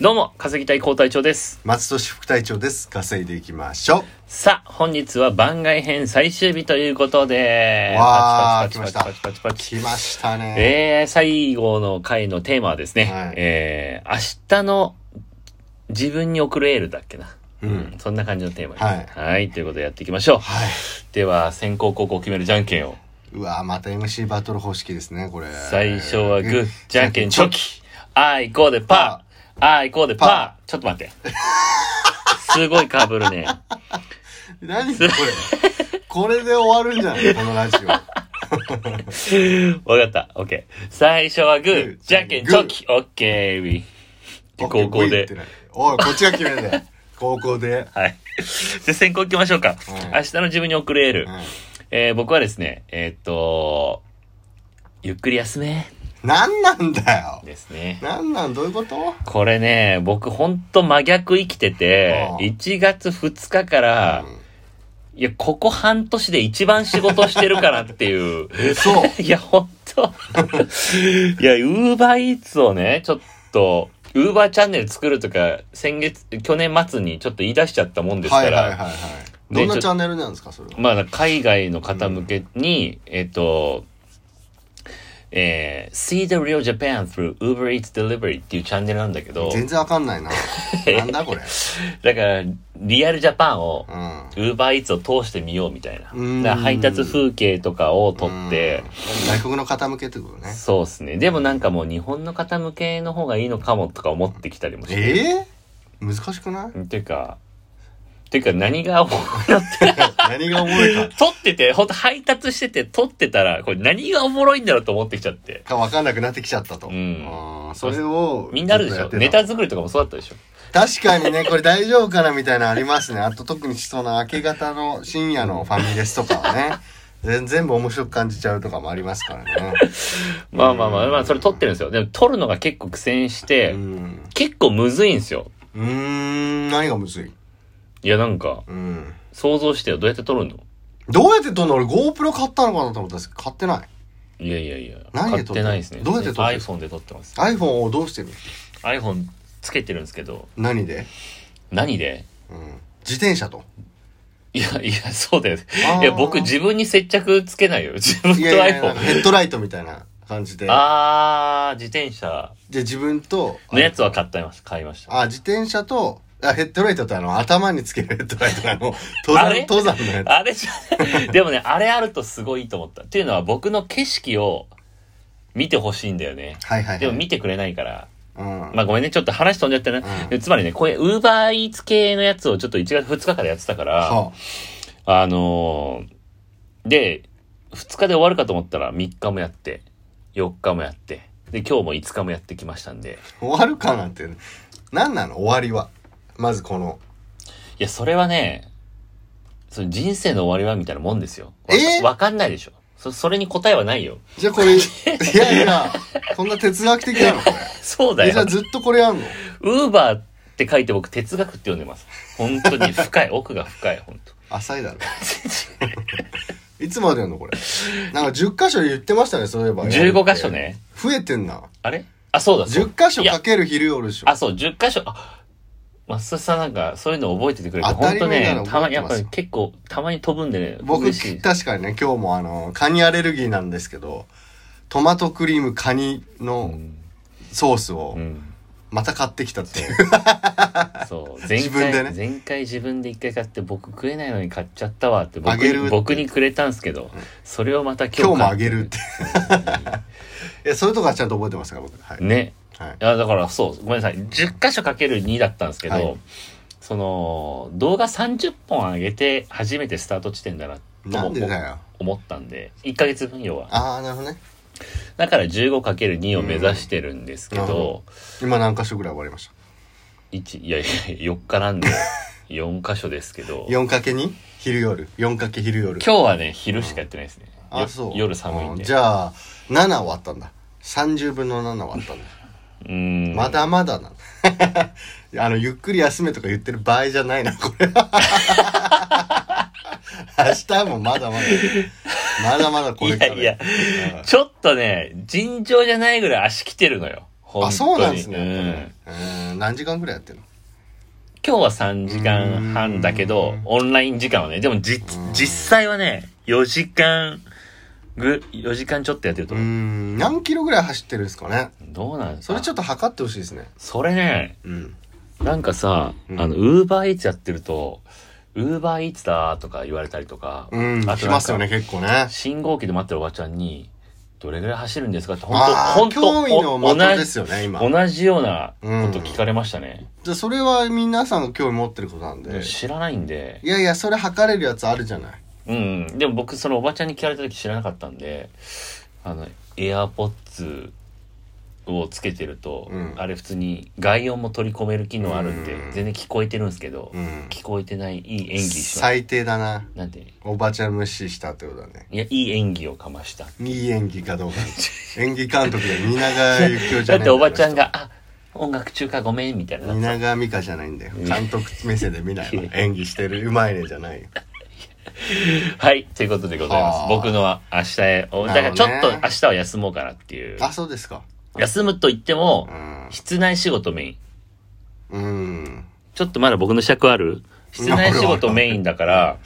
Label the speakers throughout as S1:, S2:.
S1: どうも、稼ぎたい高隊長です。
S2: 松戸市副隊長です稼いでいきましょ
S1: さあ、本日は番外編最終日ということで、
S2: わ
S1: パ
S2: ー
S1: チパチパチパチパ
S2: う
S1: チパチ
S2: 来ました
S1: パチ
S2: ね
S1: えー、最後の回のテーマはですね、
S2: はい
S1: えー、明日の自分に送るエールだっけな。
S2: うん
S1: そんな感じのテーマです。
S2: は
S1: はい、ということでやっていきましょう。
S2: はい
S1: では、先行後攻を決めるじゃんけんを。
S2: うわまた MC バトル方式ですねこれ
S1: 最初はグー、じゃんけんチョキ
S2: キ。
S1: あいこうでパー。あいこうでパー。ちょっと待って。すごい被るね。
S2: 何これこれで終わるんじゃないこのラジ オ
S1: わかった。オッケー。最初はグ
S2: グ
S1: ー
S2: ー、
S1: じゃんけん、チョキ。オッケー、ウィ。で、 高校
S2: OK グイっ
S1: で
S2: て。なるおいこっちが決めんだよ高校で
S1: はい。で、先行行きましょうか。
S2: うん
S1: 明日の自分に送るエール。
S2: う
S1: えー、僕はですね、えーっと、ゆっくり休め。
S2: ん何なんだよ
S1: ですね。
S2: 何なんどういうこと
S1: これね、僕ほんと真逆生きてて
S2: あ、あ
S1: 1月2日から、いや、ここ半年で一番仕事してるかなって いう。
S2: そう
S1: いや、ほんと。いや、ウーバーイーツをね、ちょっと、ウーバーチャンネル作るとか、先月、去年末にちょっと言い出しちゃったもんですか
S2: はい
S1: ら、
S2: はいはいはい
S1: でち
S2: どんな
S1: ょ
S2: チャンネルなんですかそれは
S1: まあ、海外の方向けに、えっと、えー、See the real Japan through Uber Eats Delivery っていうチャンネルなんだけど、
S2: 全然わかんな いななんだこれ
S1: だから、リアルジャパンを、
S2: うん
S1: ウーバーイーツを通してみようみたいな。だか
S2: うん
S1: ら配達風景とかを撮って、
S2: うん外国の方向けってことね
S1: そうですね。でもなんかもう日本の方向けの方がいいのかもとか思ってきたりもして。
S2: えー、難しくない
S1: ていうか、ていうか何が、
S2: 何がおもろいか
S1: 撮ってて、ほんと配達してて撮ってたら、これ何がおもろいんだろうと思ってきちゃって。
S2: か分かんなくなってきちゃったと、
S1: うん
S2: あーそれを
S1: みんなあるでし
S2: ず
S1: ょ
S2: っとや
S1: ネ
S2: って
S1: タ作りとかもそうだったでしょ
S2: た確かにねこれ大丈夫かなみたいなのありますねあと特にその明け方の深夜のファミレスとかは ね全全部面白く感じちゃうとかもありますからね
S1: まあまあまあ、まあそれ撮ってるんですよ。でも撮るのが結構苦戦し
S2: う
S1: て、
S2: ん
S1: 結構むずいんですよ。
S2: うーん何がむずい
S1: いやなんか、
S2: うん
S1: 想像してよ。どうやって撮るの
S2: どうやって撮るの俺 GoPro 買ったのかなと思ったんですけど買ってない
S1: いやいやいや。
S2: 何
S1: 買
S2: で
S1: っ
S2: 撮っててる
S1: ないですね。
S2: どうやって撮ってる
S1: iPhone で撮ってます。
S2: iPhone をどうしてる
S1: iPhone つけてるんですけど、
S2: 何で、
S1: 何で
S2: うん、自転車と
S1: いや、いや、そうだよね
S2: あ。ー
S1: いや、僕自分に接着つけないよ。自分と
S2: い
S1: iPhone。
S2: やいやなんかヘッドライトみたいな感じで
S1: あー、自転車
S2: で自分と
S1: のやつは買ってます。買いました。
S2: あ、自転車と、あヘッドライトってあの、頭につけるヘッドライトあの、登
S1: あ
S2: 山
S1: れ、
S2: 登山のやつ。
S1: あれじゃ、でもね、あれあるとすごいいいと思った。っていうのは僕の景色を見てほしいんだよね。
S2: はいはいはい。
S1: でも見てくれないから。
S2: うん。
S1: まあごめんね、ちょっと話飛んじゃったな。
S2: う
S1: つまりね、こういう Uber Eats 系のやつをちょっと1月2日からやってたから、
S2: は
S1: あのーで、2日で終わるかと思ったら3日もやって、4日もやって、で、今日も5日もやってきましたんで。
S2: あ、終わるかなんて、何なの終わりは。まずこの。
S1: いや、それはね、その人生の終わりはみたいなもんですよ。わ
S2: え
S1: わかんないでしょ。そ、それに答えはないよ。
S2: じゃあこれ、いやいや、こんな哲学的なのこ
S1: そうだ
S2: れ。え
S1: よ
S2: じゃあ。ずっとこれやんの
S1: ウーバーって書いて僕哲学って読んでます。本当に深い。奥が深い、本当。
S2: 浅い だろ。いつまでやんのこれ。なんか10箇所言ってましたね、そういえば。
S1: 15箇所。ね。
S2: 増えてんな。
S1: あれあ、そうだ、そう
S2: 10箇所
S1: いや
S2: かける昼夜でしょ。
S1: あ、そう、10箇所。あ、松田さんなんかそういうの覚えててくれて、
S2: 当た
S1: 本
S2: り
S1: 当
S2: 前な
S1: ね
S2: の、
S1: たま
S2: 覚
S1: に
S2: えて
S1: やっ
S2: ま
S1: ぱ
S2: す
S1: り結構、たまに飛ぶんでね、
S2: 僕
S1: 嬉しい。
S2: 確かにね今日もあのカニアレルギーなんですけどトマトクリームカニ
S1: う
S2: の
S1: ん
S2: ソースを
S1: うん
S2: また買ってきたっ ていう、
S1: そう 前
S2: 自
S1: 回
S2: 分でね
S1: 前回自分で一回買って僕食えないのに買っちゃったわって僕
S2: あげるっ
S1: に
S2: て
S1: 僕にくれたんですけど、それをまた今日
S2: 今日も
S1: 買
S2: あげるって いやそういうとこはちゃんと覚えてますから僕はい、
S1: ね
S2: はい、
S1: いやだからそうごめんなさい10箇所かける2だったんですけど、
S2: はい
S1: その動画30本上げて初めてスタート地点だなと
S2: なん
S1: も
S2: でだよ
S1: 思ったんで1ヶ月分要は
S2: ああなるほどね
S1: だから 15×2 を目指してるんですけ
S2: うんなる
S1: ど
S2: ほ、今何箇所ぐらい終わりました
S1: 一いやいや4日なん で4箇所ですけど今
S2: 4×2 昼夜 4× 昼夜
S1: 日はね昼しかやってないですね、よ
S2: あそう
S1: 夜寒いん
S2: う
S1: で
S2: じゃあ7終わったんだ30分の7終わったんだ
S1: うーん
S2: まだまだな あのゆっくり休めとか言ってる場合じゃないなこれ 明日もまだまだまだまだこれから
S1: いやいやちょっとね、尋常じゃないぐらい足来てるのよ。本当に
S2: あ、そうなんですね。
S1: う
S2: やっぱねうん何時間ぐらいやってるの
S1: 今日は3時間半だけ
S2: う
S1: ど
S2: ん、
S1: オンライン時間はね、でもじ
S2: うん
S1: 実際はね、4時間ぐ、4時間ちょっとやってると
S2: う
S1: 思う。
S2: ん、何キロぐらい走ってるんですかね。
S1: どうなんです
S2: そ
S1: か
S2: れちょっと測ってほしいですね。
S1: それね、
S2: うん。
S1: なんかさ、
S2: うん
S1: あの、ウーバーイーツやってると、ウーバーイーツだとか言われたりとか、
S2: うん、
S1: あとなんか
S2: 来ますよね、結構ね。
S1: 信号機で待ってるおばちゃんに、どれぐらい走るんですかって、
S2: あ
S1: 本
S2: ー
S1: 当本
S2: 脅威
S1: 当
S2: の
S1: お
S2: 的
S1: 同
S2: で
S1: じ、
S2: すよね、今。
S1: 同じようなこと聞かれましたね。
S2: じゃあそれは皆さんが興味持ってることなんで。
S1: 知らないんで、
S2: いやいや、それ測れるやつあるじゃない。
S1: うん、でも僕そのおばちゃんに聞かれた時知らなかったんであのエアポッツをつけてると、
S2: うん
S1: あれ普通に外音も取り込める機能あるんで、
S2: うん
S1: 全然聞こえてるんですけど、
S2: うん。
S1: 聞こえてないいい演技しまし
S2: 最低だな。
S1: たなんで
S2: おばちゃん無視したってことだね。
S1: いやいい演技をかました
S2: いい演技 かどうか。演技監督で蜷川幸雄じ
S1: だ
S2: ゃ
S1: っ
S2: ねえ
S1: ておばちゃん。が「あ音楽中かごめん」みたい
S2: あ
S1: な
S2: の人蜷川美香じゃないんだよ。監督目線で見ないわ。演技してる。うまいねじゃないよ。
S1: はいということでございます
S2: はあ
S1: 僕のは明日へおだからちょっと明日は休もうかなっていう、
S2: あ、そうですか。
S1: 休むと言っても、
S2: うん。
S1: 室内仕事メイン
S2: うん。
S1: ちょっとまだ僕の尺ある室内仕事メインだから、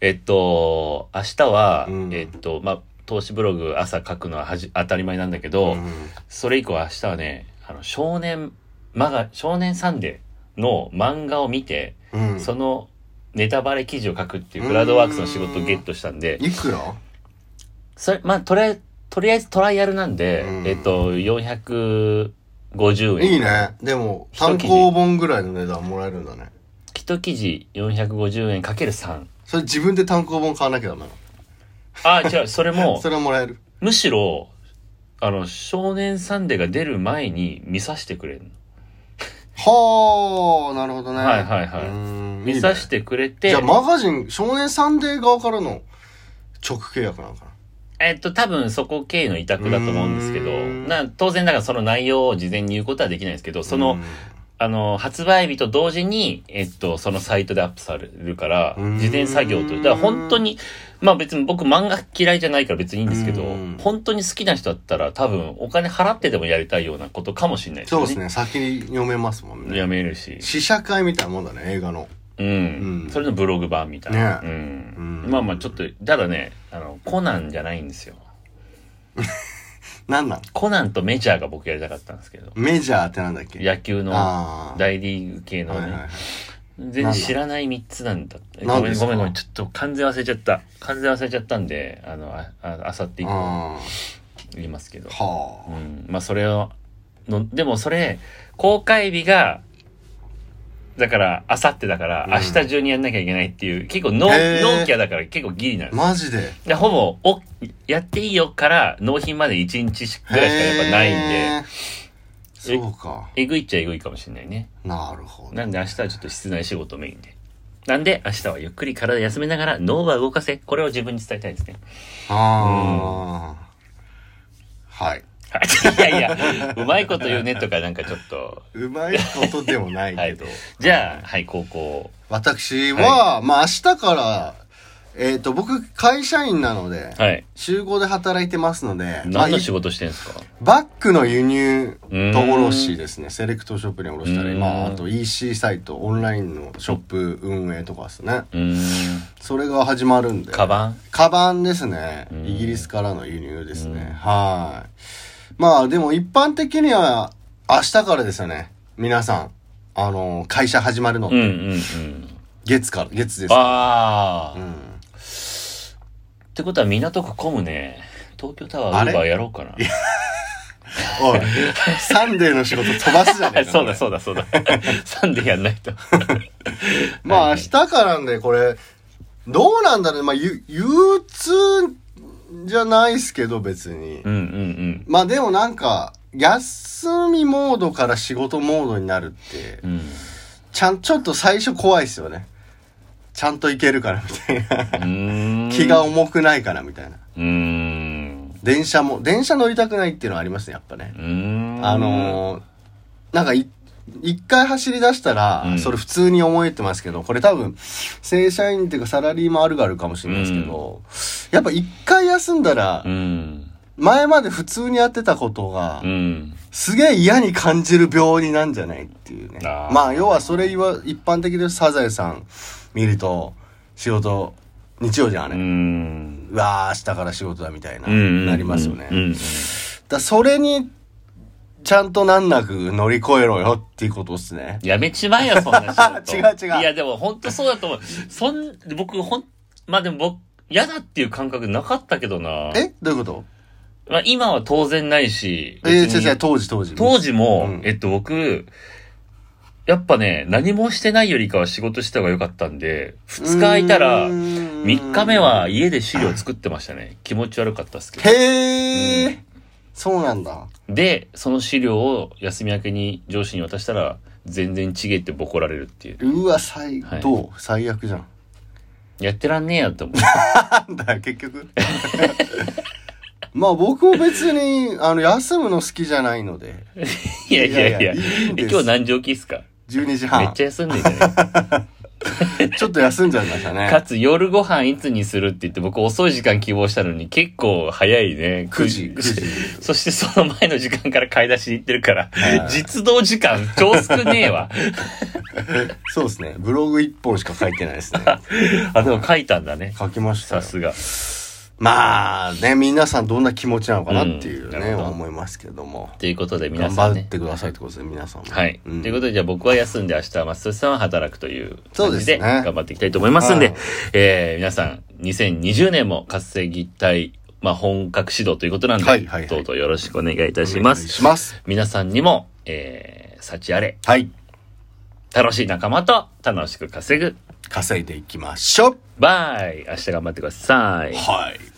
S1: えっと、明日は、
S2: うん
S1: えっと、まあ、投資ブログ朝書くのははじ当たり前なんだけど、
S2: うん
S1: それ以降は明日はね、あの、少年マガ、少年サンデーの漫画を見て、
S2: うん。
S1: そのネタバレ記事を書くっていうクラウドワークスの仕事をゲットしたんで、
S2: いくら
S1: それ、まあ、とりあえず、とりあえずトライアルなんで、
S2: うん
S1: えっと、450円。
S2: いいね。でも、単行本ぐらいの値段もらえるんだね。
S1: 一記事450円かける3。
S2: それ自分で単行本買わなきゃダメな
S1: あ、違う、それも
S2: の。、 それはもらえる。
S1: むしろ、あの、少年サンデーが出る前に見させてくれるの。
S2: はあ、なるほどね。
S1: はいはいはいう
S2: ーん
S1: 見させてくれて、
S2: いいねじゃあマガジン、少年サンデー側からの直契約なのかな。
S1: えっと、多分そこ経由の委託だと思うんですけど
S2: うー、ん
S1: な当然だからその内容を事前に言うことはできないですけど、そうの
S2: ん、
S1: あの、発売日と同時に、えっと、そのサイトでアップされるから
S2: うー、ん
S1: 事前作業と。だから本当に、まあ別に僕漫画嫌いじゃないから別にいいんですけど
S2: うーん、
S1: 本当に好きな人だったら多分お金払ってでもやりたいようなことかもしれないです
S2: そう
S1: よね。
S2: ですね。先に読めますもんね。
S1: やめるし。
S2: 試写会みたいなもんだね、映画の。
S1: うん、
S2: うん
S1: それのブログ版みたいな、
S2: ね
S1: うん
S2: うん
S1: まあまあちょっとただねあのコナンじゃないんですよ
S2: なんなん
S1: コナンとメジャーが僕やりたかったんですけど
S2: メジャーってなんだっけ
S1: 野球の
S2: ああ。
S1: 大リーグ系のね、
S2: はいはいはい
S1: 全然知らない3つなんだってご
S2: 何
S1: め
S2: で
S1: ん
S2: すか
S1: ごめんごめんちょっと完全忘れちゃった完全忘れちゃったんであのあああさって以降
S2: あ
S1: 言いますけど
S2: ー、は
S1: うん、まあそれをのでもそれ公開日がだからあさってだから
S2: うん
S1: 明日中にやんなきゃいけないっていう、結構納
S2: へー
S1: 納期はだから結構ギリなんです
S2: あ。マジで。
S1: でほぼおやっていいよから納品まで1日しぐらいしかやっぱないんで
S2: んで。そうか。
S1: えぐいっちゃえぐいかもしれないね
S2: なるほど。
S1: なんで明日はちょっと室内仕事メインでなんで明日はゆっくり体休めながら脳は動かせこれを自分に伝えたいですね
S2: ああ。は
S1: は
S2: い。
S1: い いやいやうまいこと言うねとかなんかちょっと
S2: うまいことでもないけど。
S1: じゃあ はい高校
S2: 私は、まあ明日から、えっ、と、僕、会社員なので、
S1: はい
S2: 集合で働いてますので、まあ
S1: 何の仕事してんすか
S2: バッグの輸入と
S1: うん
S2: 卸ですね。セレクトショップに卸した
S1: う
S2: り、
S1: ん
S2: まあ、あと EC サイト、オンラインのショップ運営とかですね。
S1: うーん
S2: それが始まるんで。
S1: カバン
S2: カバンですね
S1: うん。
S2: イギリスからの輸入ですね。
S1: うん
S2: はい。まあでも一般的には明日からですよね。皆さん。あの、会社始まるの。
S1: うんうんうん
S2: 月から、月です。
S1: ああ、
S2: う
S1: っ
S2: ん。
S1: てことは港区混むね東京タワ
S2: あ
S1: ーウ
S2: れ
S1: ーバーやろうかな
S2: おい、サンデーの仕事飛ばすじゃねえ か。
S1: そうだ
S2: う。
S1: そうだそうだ。サンデーやんないと。
S2: まあ明日からなんで、これ、どうなんだろうね。まあ、ゆ憂鬱じゃないっすけど、別に。
S1: うんうんうん。
S2: まあでもなんか、休みモードから仕事モードになるって
S1: う、ん、
S2: ちゃん、ちょっと最初怖いっすよね。ちゃんといけるからみたいな。気が重くないからみたいな。
S1: うーん。
S2: 電車も、電車乗りたくないっていうのはありますね、やっぱね
S1: う。ーん。
S2: あのーなんかい、一回走り出したら、
S1: うん
S2: それ普通に思えてますけど、これ多分、正社員っていうかサラリーマンあるがあるかもしれないですけど、やっぱ一回休んだら
S1: う、ん。
S2: 前まで普通にやってたことが
S1: う、ん。
S2: すげえ嫌に感じる病になんじゃないっていうね。
S1: あー
S2: まあ、要はそれは一般的でサザエさん見ると、仕事、日曜じゃん、あ
S1: うー
S2: れ。
S1: ん。
S2: うわー、明日から仕事だみたいな、
S1: うんうんうん
S2: なりますよね。
S1: うんうん
S2: だそれに、ちゃんと難なく乗り越えろよっていうことですね。
S1: やめちまえよ、そんな仕事。
S2: 違う 違う
S1: いや、でも本当そうだと思う。そん、僕、ほん、まあでも僕、嫌だっていう感覚なかったけどな。
S2: えどういうこと
S1: まあ今は当然ないし。
S2: えー、
S1: 別に
S2: 先生、当時当時。
S1: 当時も、
S2: うん
S1: えっと、僕、やっぱね、何もしてないよりかは仕事した方が良かったんで、2日空いたら、
S2: うー
S1: 3
S2: ん
S1: 日目は家で資料作ってましたね。気持ち悪かったっすけど。
S2: へー、そうなんだ。
S1: で、その資料を休み明けに上司に渡したら、全然ちげえってボコられるっていう。
S2: うわ、最、
S1: はい
S2: どう最悪じゃん。
S1: やってらんねえやって思う。
S2: なんだよ結局。まあ僕も別に、あの、休むの好きじゃないので、
S1: いやいやいや。
S2: いやいやいいん
S1: え
S2: です
S1: 今日何時起きっすか
S2: 12時
S1: めっ
S2: 半
S1: ち、ゃ休んでんじゃ ない
S2: ちょっと休んじゃいましたね
S1: か。つ夜ご飯いつにするって言って僕遅い時間希望したのに結構早いね。
S2: 9時、9時。
S1: そしてその前の時間から買い出しに行ってるから
S2: は、い
S1: 実動時間超少ねえ わ。
S2: そうですね。ブログ1本しか書いてないですね。
S1: あ、でも書いたんだね。
S2: 書きました
S1: さ
S2: よ。
S1: すが。
S2: まあね、皆さんどんな気持ちなのかなっていう
S1: うん
S2: ね、
S1: なるほど
S2: 思いますけども。
S1: ということで皆
S2: 頑
S1: さん
S2: 張っ
S1: ね。
S2: てくださいってことですね、皆さんも。
S1: はい。と
S2: うん
S1: いうことで、じゃあ僕は休んで明日は松寿さんは働くという
S2: そう
S1: 感
S2: で
S1: じ
S2: すね
S1: で頑張っていきたいと思いますんで、
S2: はい
S1: えー、皆さん、2020年も稼ぎたい、まあ、本格指導ということなんで、
S2: はいはいはい
S1: どうぞよろしくお願いいたし
S2: お願
S1: ま
S2: い
S1: す。
S2: します。
S1: 皆さんにも、えー、幸あれ、
S2: はい。
S1: 楽しい仲間と楽しく稼ぐ。
S2: 稼いでいきましょう。
S1: バイ明日頑張ってください。
S2: はい。